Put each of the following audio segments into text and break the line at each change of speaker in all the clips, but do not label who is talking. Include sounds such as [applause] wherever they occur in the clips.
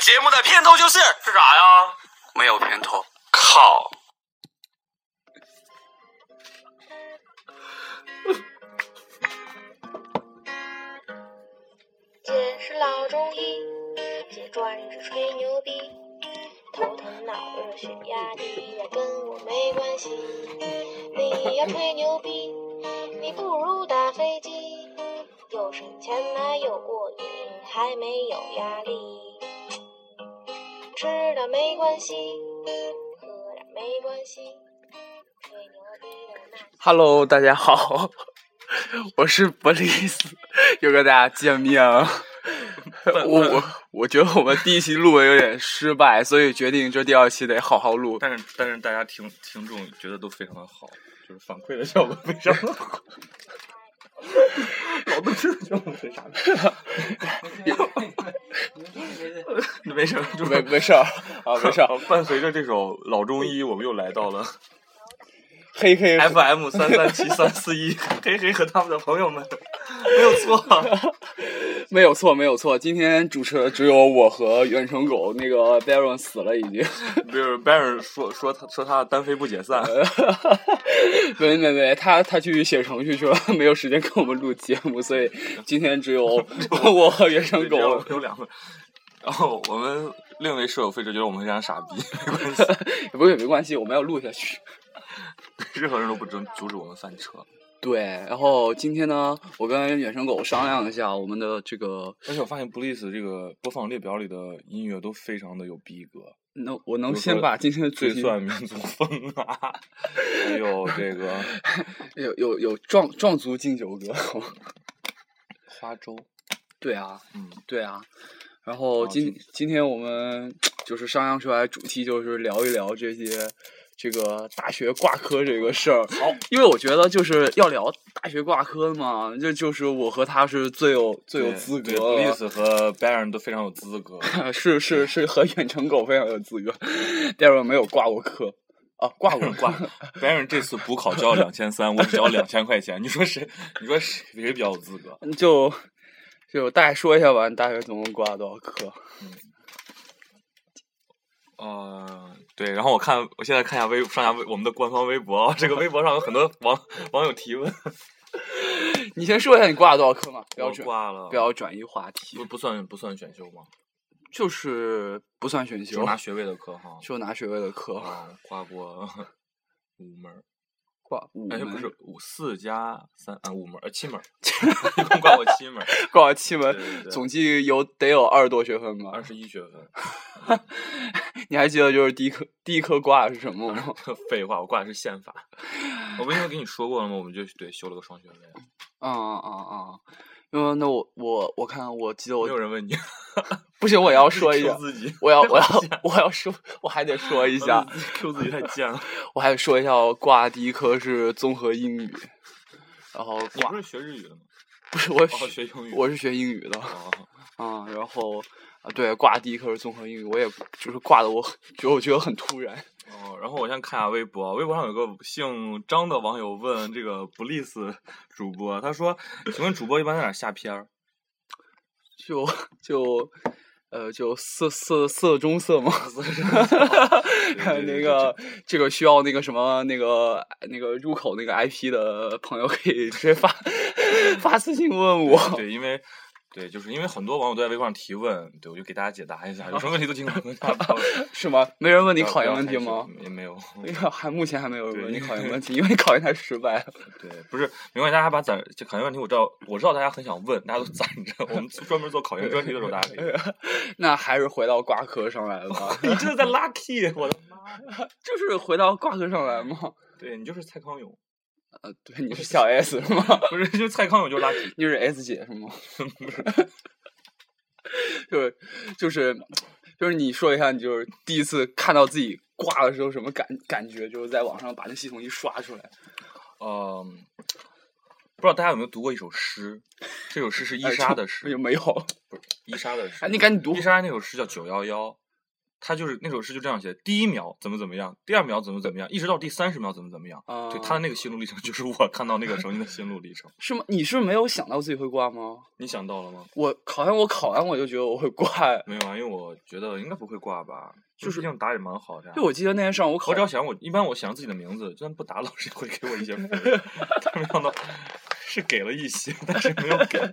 节目的片头就是
是啥呀？
没有片头，靠！
姐是老中医，姐专治吹牛逼，头疼脑热血压低呀，跟我没关系。你要吹牛逼，你不如打飞机，又省钱买又过瘾，还没有压力。吃了没关系，喝了没关系，吹牛逼的那些
Hello，大家好， [laughs] 我是伯利斯，又跟大家见面了。我我我觉得我们第一期录的有点失败，所以决定这第二期得好好
[laughs]
录。
但是但是大家听听众觉得都非常的好，就是反馈的效果非常的好。 [laughs] 老都知道这种是啥， [laughs] 没事，就
没没事儿啊，没事儿。
伴随着这首《老中医》，我们又来到 [laughs] 了
嘿嘿，
FM 三三七三四一，嘿嘿和他们的朋友们，没有错。
[laughs]
[laughs]
没有错，没有错。今天主持的只有我和远程狗，那个 Baron 死了已经。 [laughs]
比如 b a r 说说他说他单飞不解散，
没没没，他他去写程序去了，没有时间跟我们录节目，所以今天只有我和远程
[laughs] 只有
狗。
有两个。然后我们另一位舍友飞就觉得我们非常傻逼，没关系。
[laughs] 不过也没关系，我们要录下去。
任何人都不准阻止我们翻车。
对，然后今天呢，我跟远程狗商量一下我们的这个，
而且我发现 Bliss 这个播放列表里的音乐都非常的有逼格，
那我能
比如
先
说
把今天的主
最
题
算民族风啊，
[laughs]
还有这个
有有有壮壮族敬酒歌，
[laughs] 花粥，
对啊，
嗯，
对啊。然后
好
今今天我们就是商量出来的主题，就是聊一聊这些这个大学挂科这个事儿。好，因为我觉得就是要聊大学挂科嘛，这就是我和他是最有最有资格了。
，Bliss 和 Baron 都非常有资格。
[laughs] 是是是和远程狗非常有资格，待会儿没有挂过科啊，挂过挂
Baron 这次补考交两千三，我只交两千块钱，你说谁？你说谁谁比较有资格？
[laughs] 就就大概说一下吧，你大学总共挂了多少科？
呃，对，然后我看，我现在看一下微上下微我们的官方微博啊，这个微博上有很多网 [laughs] 网友提问，
你先说一下你挂了多少科嘛，不要
我
转
挂了，
不要转移话题
不，不算不算选修吗？
就是不算选
就
修，
拿学位的课哈。
就拿学位的科
啊，挂过五门儿，
挂五
哎，
门，
不是五四加三啊，五门儿呃七门儿，一共挂过七门儿，
挂了七
对
门，
对对，
总计有得有二十多学分吧
二？十一学分。
你还记得就是第一科第一科挂的是什么吗？ [laughs]
废话，我挂的是宪法，我不是因为跟你说过了吗？我们就对修了个双学位，
啊啊啊！因为那我我我看我记得
没
我
有人问你，
不行，我也要说一
[laughs] Q
下，
自己，
我要我要我要说，我还得说一下，
，Q 自己太
[laughs]
贱了。
我还得说一下，我挂的第一科是综合英语，然后
你
挂
不是学日语的吗？
不是我
哦，
学
学英语。
我是学英语的
哦，
啊、然后啊对挂第一科是综合英语，我也就是挂的我很觉得我觉得很突然，
哦，然后我先看一下微博，微博上有个姓张的网友问这个 Bliss 主播，他说：“请问主播一般在哪儿下片儿？”
就就呃就色色色中啊色嘛。那个，这个需要那个什么那个那个入口那个 IP 的朋友可以直接发 [laughs] 发私信问我。
对，因为对，就是因为很多网友都在微博上提问，对我就给大家解答一下，有什么问题都尽管问大 [laughs] 家。
是吗？没人问
你
你考研问题吗？？
也没有，
没有，还目前还没有
嗯对
人问你
因
考研
为
问题，因为考研太失败了。
对，不是没关系，大家把攒这考研问题，我知道，我知道大家很想问，大家都攒着。我们专门做考研专题的时候，大家可以问。
那还是回到挂科上来吧，
[laughs]
[laughs]
你真的在 lucky，我的妈！
就是回到挂科上来嘛。
对你就是蔡康永，
呃，对，你是小 S 是吗？ [laughs]
不是就蔡康永就是 lucky。
你是 S 姐是吗？ [laughs] 就是就是就是你说一下，你就是第一次看到自己挂的时候什么感感觉？就是在网上把那系统一刷出来，
嗯，不知道大家有没有读过一首诗？这首诗是伊莎的
也
诗，
哎没有。
伊莎的诗
哎，。你赶紧读
伊。莎那首诗叫《九幺幺》，他就是那首诗就这样写：第一秒怎么怎么样，第二秒怎么怎么样，一直到第三十秒怎么怎么样。
啊，
对他的那个心路历程， [laughs] 就是我看到那个声音的心路历程。
是吗？你是没有想到自己会挂吗？
你想到了吗？
我好像我考完我就觉得我会挂，
没有啊，因为我觉得应该不会挂吧，
就是
毕竟打也蛮好的。
就我记得那天上午考 [laughs]
我只要想我，一般我想自己的名字，就算不打老师也会给我一些分 [laughs] 儿。但没想到是给了一些，但是没有给够。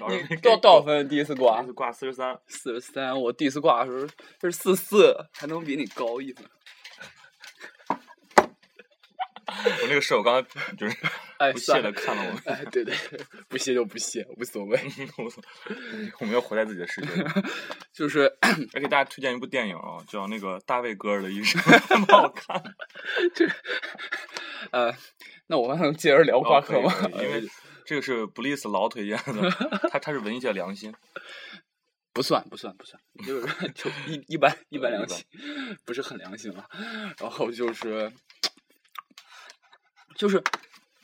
老师没
你
给嗯
多多少
够
分第一次挂
这？次 [laughs] 挂四十三，
四十三，我第一次挂的时候是四四，还能比你高一分。
我那个室友刚才就是 [laughs]
哎，
不屑
算
的
了，
看了我嗯
哎，对对，不屑就不屑，无所谓。
一眼，我说我没有活在自己的世界里。
就是 [coughs]
来给大家推荐一部电影啊，叫那个大卫戈尔的一 [laughs] 生，蛮好看的。
呃，那我们还能接着聊挂科吗？
哦可以可以因为这个是布利斯老推荐的，他他是文艺界良心。
不算不算不算，就是就一一般一般
嗯
良心，不是很良心了。然后就是就是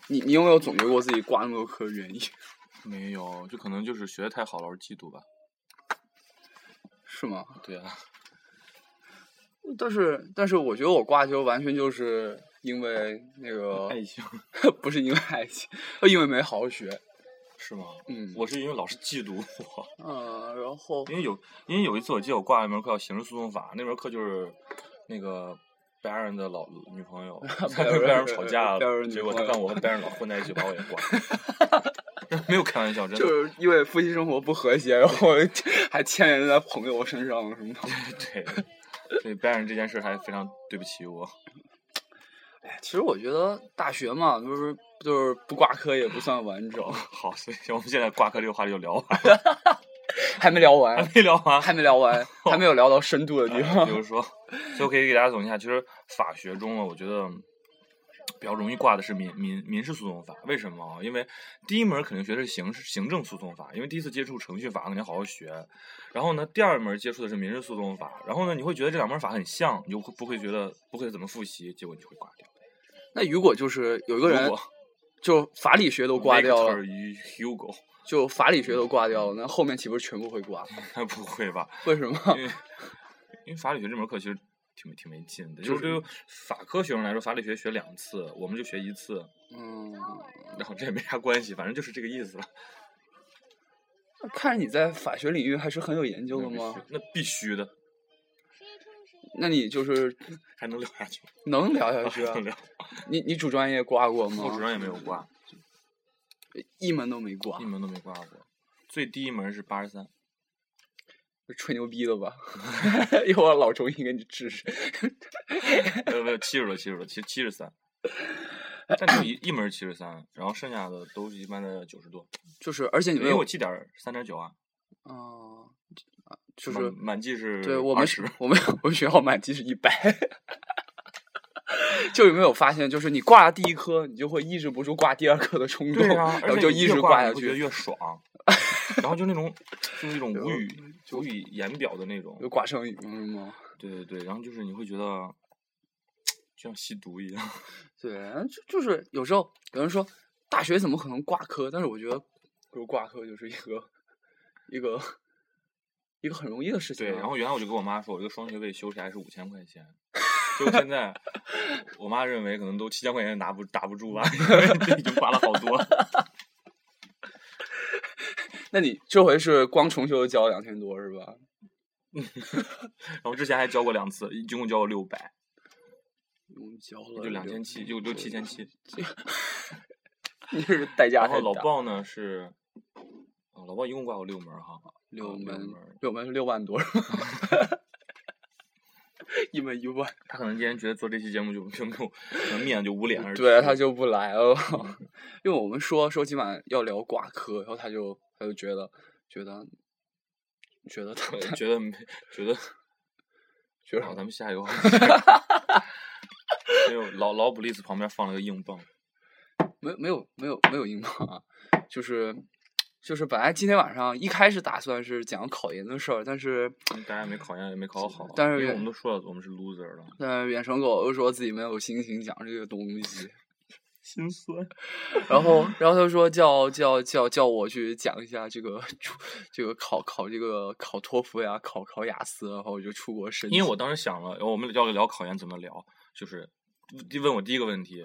你你有没有总结过自己挂那么多科的原因？
[laughs] 没有，就可能就是学的太好，老师嫉妒吧。
是吗？
对啊，
但是但是我觉得我挂球完全就是因为那个
哦爱情
[laughs] 不是因为爱情，呃因为没好好学。
[laughs] 是吗？
嗯，
我是因为老师嫉妒我，
呃，然后
因为有因为有一次我记得我挂了一门课叫刑事诉讼法，那门课就是那个白人的老女朋友在跟白人吵架
白人
了，
女
结果
朋
他
友
看我和白人老混在一起，把我也挂 [laughs] 了。没有开玩笑，真的。
就是因为夫妻生活不和谐，然后 [laughs] 还牵连在朋友身上什么的。
对， [laughs] 所以白人这件事还非常对不起我。
哎，其实我觉得大学嘛，就是就是不挂科也不算完整，
[laughs] 好，所以我们现在挂科这个话题就聊完了，
[laughs]
[laughs]
还没聊完
还，没聊
[laughs]
完。
还没聊完， [laughs] 还没有聊到深度的地
呃
方
比。如说，所以我可以给大家总结一下，其实法学中啊，我觉得比较容易挂的是民民民事诉讼法。为什么啊？因为第一门肯定学的是刑事行政诉讼法，因为第一次接触程序法，肯定好好学。然后呢，第二门接触的是民事诉讼法，然后呢，你会觉得这两门法很像，你就会不会觉得不会怎么复习，结果你就会挂掉。
[laughs] 那如果就是有一个人
如果
就法理学都挂掉
Victor
了，
与 Hugo， [laughs]
就法理学都挂掉了，那后面岂不是全部会挂？
不会吧？
为什么？
因为因为法理学这门课其实挺挺没劲的，
就
就是
是
对于法科学生来说，法理学学两次，我们就学一次，
嗯，
然后这也没啥关系，反正就是这个意思了。
看来你在法学领域还是很有研究
[laughs] 嗯
的吗？
那必须的，
那你就是
还能聊下去？
能聊下
还
去啊
能？聊？
你你主专业挂过吗？
我主任也没有挂，
一门都没挂
一，门都没挂过，最低一门是八十三。
吹牛逼的
[laughs]
吧？一会儿老中医给你治治。
呃，不，七十多，七十多，七七十三。
哎
但只有一一门七十三，然后剩下的都是一般的九十多，
就是，而且你
因
没
为
有
我记点三点九啊，
哦，就
满
是
满记是
对我们
20
学我们我们学校满级是一百， [laughs] 就有没有发现，就是你挂了第一科，你就会抑制不住挂第二科的冲动，
对啊，
然
而
后
且
就
你
一
越
直
挂
下
你会觉得
去，
越爽， [laughs] 然后就那种就是一种无
对
语无语言表的那种
就，挂嗯上瘾了是吗？
对对对，然后就是你会觉得就像吸毒一样，
对，嗯就就是有时候有人说大学怎么可能挂科，但是我觉得就是挂科就是一个一个一个很容易的事情
对，
啊、
然后原来我就跟我妈说，我这个双学位修起来是五千块 [laughs] 钱，结果现在我妈认为可能都七千块钱拿不打不住 [laughs] 了，因为这已经花了好多，
那你这回是光重修就交了两千多是吧？
然后之前还交过两次，一共交过六百，
我们嗯交了
就两千七，就就七千七，
[laughs] 你是代价
然
太
后老
大
鲍呢是。哦老鲍一共挂过六门儿哈，啊
六
嗯六
门
门儿
六门是六万多， [laughs] 一门一万，
他可能今天觉得做这期节目就 [laughs] 就没有，可能面就捂脸而去
对他就不来了，
嗯
[laughs] 因为我们说说今晚要聊挂科，然后他就他就觉得觉得觉得他
呃觉得没觉得，
[laughs] 觉
好，
得 [laughs]
咱们下一个话题。没有老老布利斯旁边放了个硬泵，
没有没有没有没有硬棒啊，就是就是本来今天晚上一开始打算是讲考研的事儿，但是
嗯大家也没考研，也没考好，
但是
因为
也
我们都
呃
说了，我们是 loser 了。
[laughs] 但是远程狗又说自己没有心情讲这个东西，
心酸。
然后，然后他说叫叫叫叫我去讲一下这个出这个考考这个考托福呀，考考雅思，然后我就出国申请。
因为我当时想了，我们要聊考研怎么聊，就是第问我第一个问题，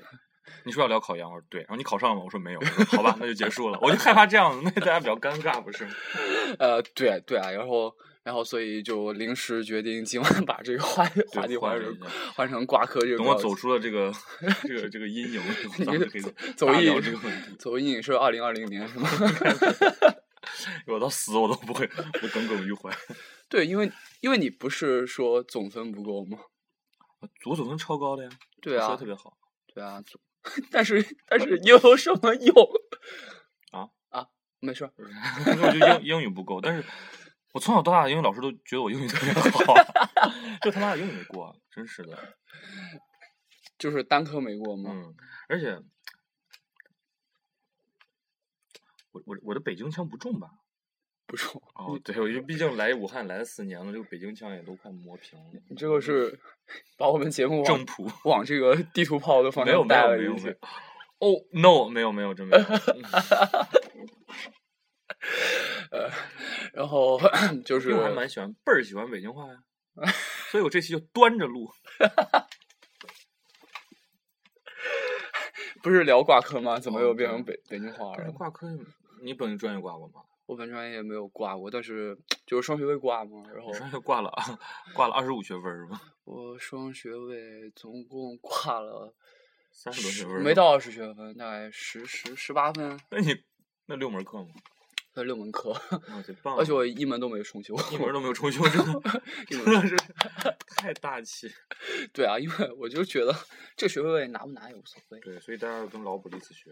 你说要聊考研，我说对，然后你考上了吗？我说没有，我说好吧，那就结束了。我就害怕这样，那大家比较尴尬，不是？
呃，对对啊，然后然后所以就临时决定今晚把这个话话题
对
换
换了
成
一下
换成挂科这个
等
标题。
我走出了这 [laughs] 个这个这个 [laughs] 阴影，我咱们可以
走
大
一
聊这个问题。
走阴影是二零二零年是吗？
我到死我都不会，我耿耿 [laughs] 于怀。
对，因为因为你不是说总分不够吗？
我总分超高 [laughs] 的呀，
对
我说
啊
的特，别好。
对啊，总但是但是有什么用？
啊
啊，没事儿，
[laughs] 因为我觉得英英语不够，但是我从小到大英语老师都觉得我英语特别好， [laughs] 就他妈的英语没过，真是的。
就是单科没过吗？
嗯，而且我我我的北京腔不重吧？
不是，
哦，对，我就毕竟来武汉来了四年了，这个北京腔也都快磨平了。
你这个是把我们节目往
嗯正谱？
往这个地图炮的方
没有
向
没
带
有
了
没有
一
没
些
有。。哦，no，没有没有，真没有。
然后就
因
是
为我还蛮喜欢，倍儿喜欢北京话
[laughs]
呀，所以我这期就端着录。
不是聊挂科吗？怎么
哦
又变
对
成北北京话
但
了？
是挂科，你本专业挂过吗？
我本专业没有挂过，但是就是双学位挂嘛。然后
你专业挂了啊，挂了二十五学分儿是吗？
我双学位总共挂了
三十多学
十，
分儿
没
是吧。
到二十学分，大概十十十八分，
那你那六门课吗？
那六门课，
哇塞，棒
[laughs]
啊！
而且我一门都没有重修。
一门儿都没有重修，真的
一
真
门
的是太大气。
[laughs] 对啊，因为我就觉得这学位拿不拿也无所谓。
对，所以大家要跟老普利斯学，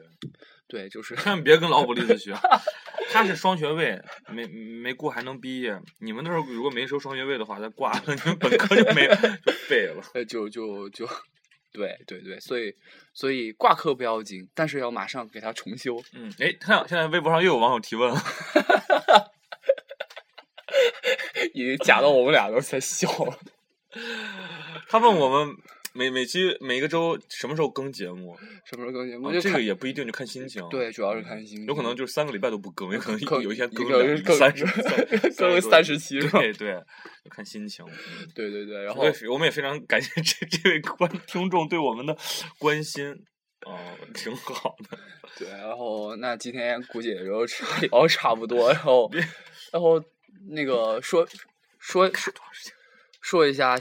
对，就是
千万别跟老普利斯学，他是双学位，没没过还能毕业。你们那时候如果没收双学位的话，他挂了，你们本科就没 [laughs] 就废了。
呃，就就就，对对对，所以所以挂科不要紧，但是要马上给它重修。
嗯，哎，看现在微博上又有网友提问了，
已经假到我们俩都在笑了。 [laughs]
他问我们每每期每个周什么时候更节目，
什么时候更新？
啊
我就
这
看、
个也不一定，就看心情。
对，主要是
嗯
看心情。
有可能就是三个礼拜都不更，有可能一
更
有一天
一
更
个
两
是更
三十
更
个
三十期是吧
对对，就看心情。嗯
对对对，然
我
后
也是我们也非常感谢这这位观听众对我们的关心，哦，挺好的。
对，然后那今天估计也就差聊差不多，然后
别
然后那个说说说一下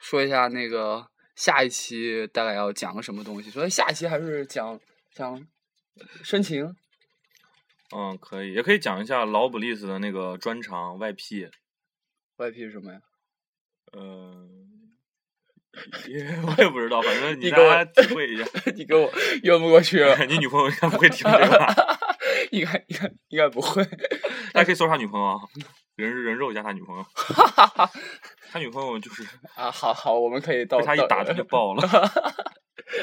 说一下那个下一期大概要讲个什么东西，所以下一期还是讲讲深情。
嗯，可以，也可以讲一下劳布利斯的那个专场 YP，
YP 是什么呀？ [laughs]
嗯、也我也不知道，反正
你
你大
给我
家体会一下。 [laughs]
你给我圆不过去了，
你女朋友应该不会听这个吧？
[laughs] 应该应该应该不会。
大家可以搜他女朋友啊，人人肉一下他女
[laughs]
朋友。他女朋友就是
啊，好好，我们可以到
被他
到
一打，他就爆了。
[laughs]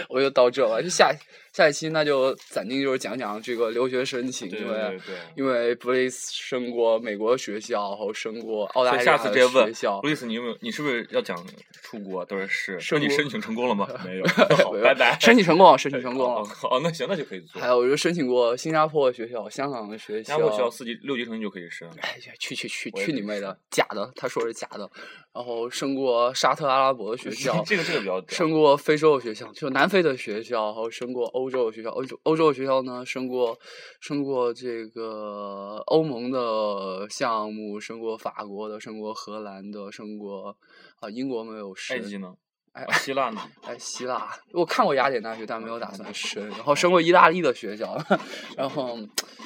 我就到这了。就下下一期那就暂定就是讲讲这个留学申请，
对
因
对对
为
对。
因为布里斯升过美国学校，然后升过澳大
所
利
以
亚
下次直接
的学
问
校
路。易斯，你有没有？你是不是要讲出国？他说是。
是
说你
我
申请成功了
[laughs]
吗？没有。好，拜拜。
申请成功了，申请成功
[laughs] 哦
了。
哦，那行，那就可以做
还。有就申请过新加坡的学校、香港的学
加
校。
过学校四级、六级成绩就可以申。
哎呀，去去去
我也
去你
没
妹
说
的，假的！他说是假的，然后升过沙特阿拉伯
[laughs]
的学校，
这个这个比较屌
升过非洲的学校，就南非的学校，然后升过欧洲的学校，欧洲欧洲的学校呢，升过升过这个欧盟的项目，升过法国的，升过荷兰的，升过啊英国没有
埃
升，
及呢？
哎
啊希腊呢？
哎，希腊，我看过雅典大学，但没有打算升。然后升过意大利的学校， [laughs] 然后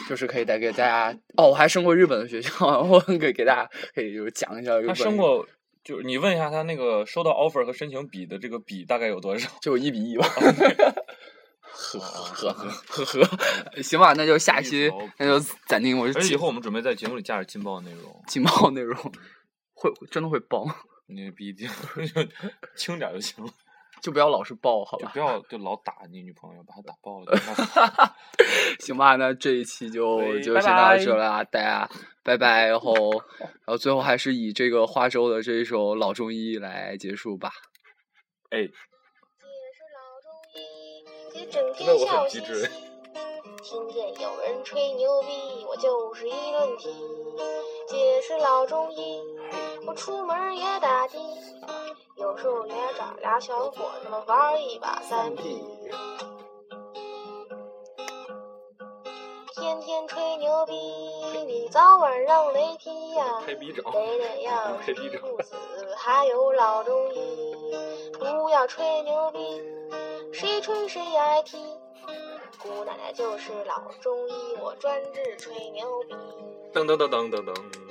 就是可以带给大家哦，我还升过日本的学校， [laughs] 然后给给大家可以就是讲一下日本。
他申，过，就是你问一下他那个收到 offer 和申请比的这个比大概有多少？
就一比一吧。 [laughs] 呵哦呵呵呵呵，行吧，那就下一期
一头，
那就暂定我是
而且以
劲
后我们准备在节目里加点劲爆的内容。
劲爆内容， [laughs] 会真的会爆，
你不一定， [laughs] 轻点儿就行了，
就不要老是爆，好
就
吧
不？要就老打你女朋友，把她打爆
[laughs]
了。对吧
行吧，那这一期就
对
就
拜
先到
拜
这了啊，大家拜拜。然后，然后最后还是以这个花粥的这一首《老中医》来结束吧。
哎，
姐是老中医，姐整
那
天
我
笑
很
嘻
机
嘻
智。
听见有人吹牛逼，我就是一顿踢。姐是老中医，我出门也打的，有时候也找俩小伙子们玩一把三 P。天天吹牛逼，你早晚让雷劈呀、
拍逼掌，
得得要
拍逼掌。
父子还有老中医，不要吹牛逼，谁吹谁挨踢。姑奶奶就是老中医，我专治吹牛逼。
噔噔噔噔噔噔。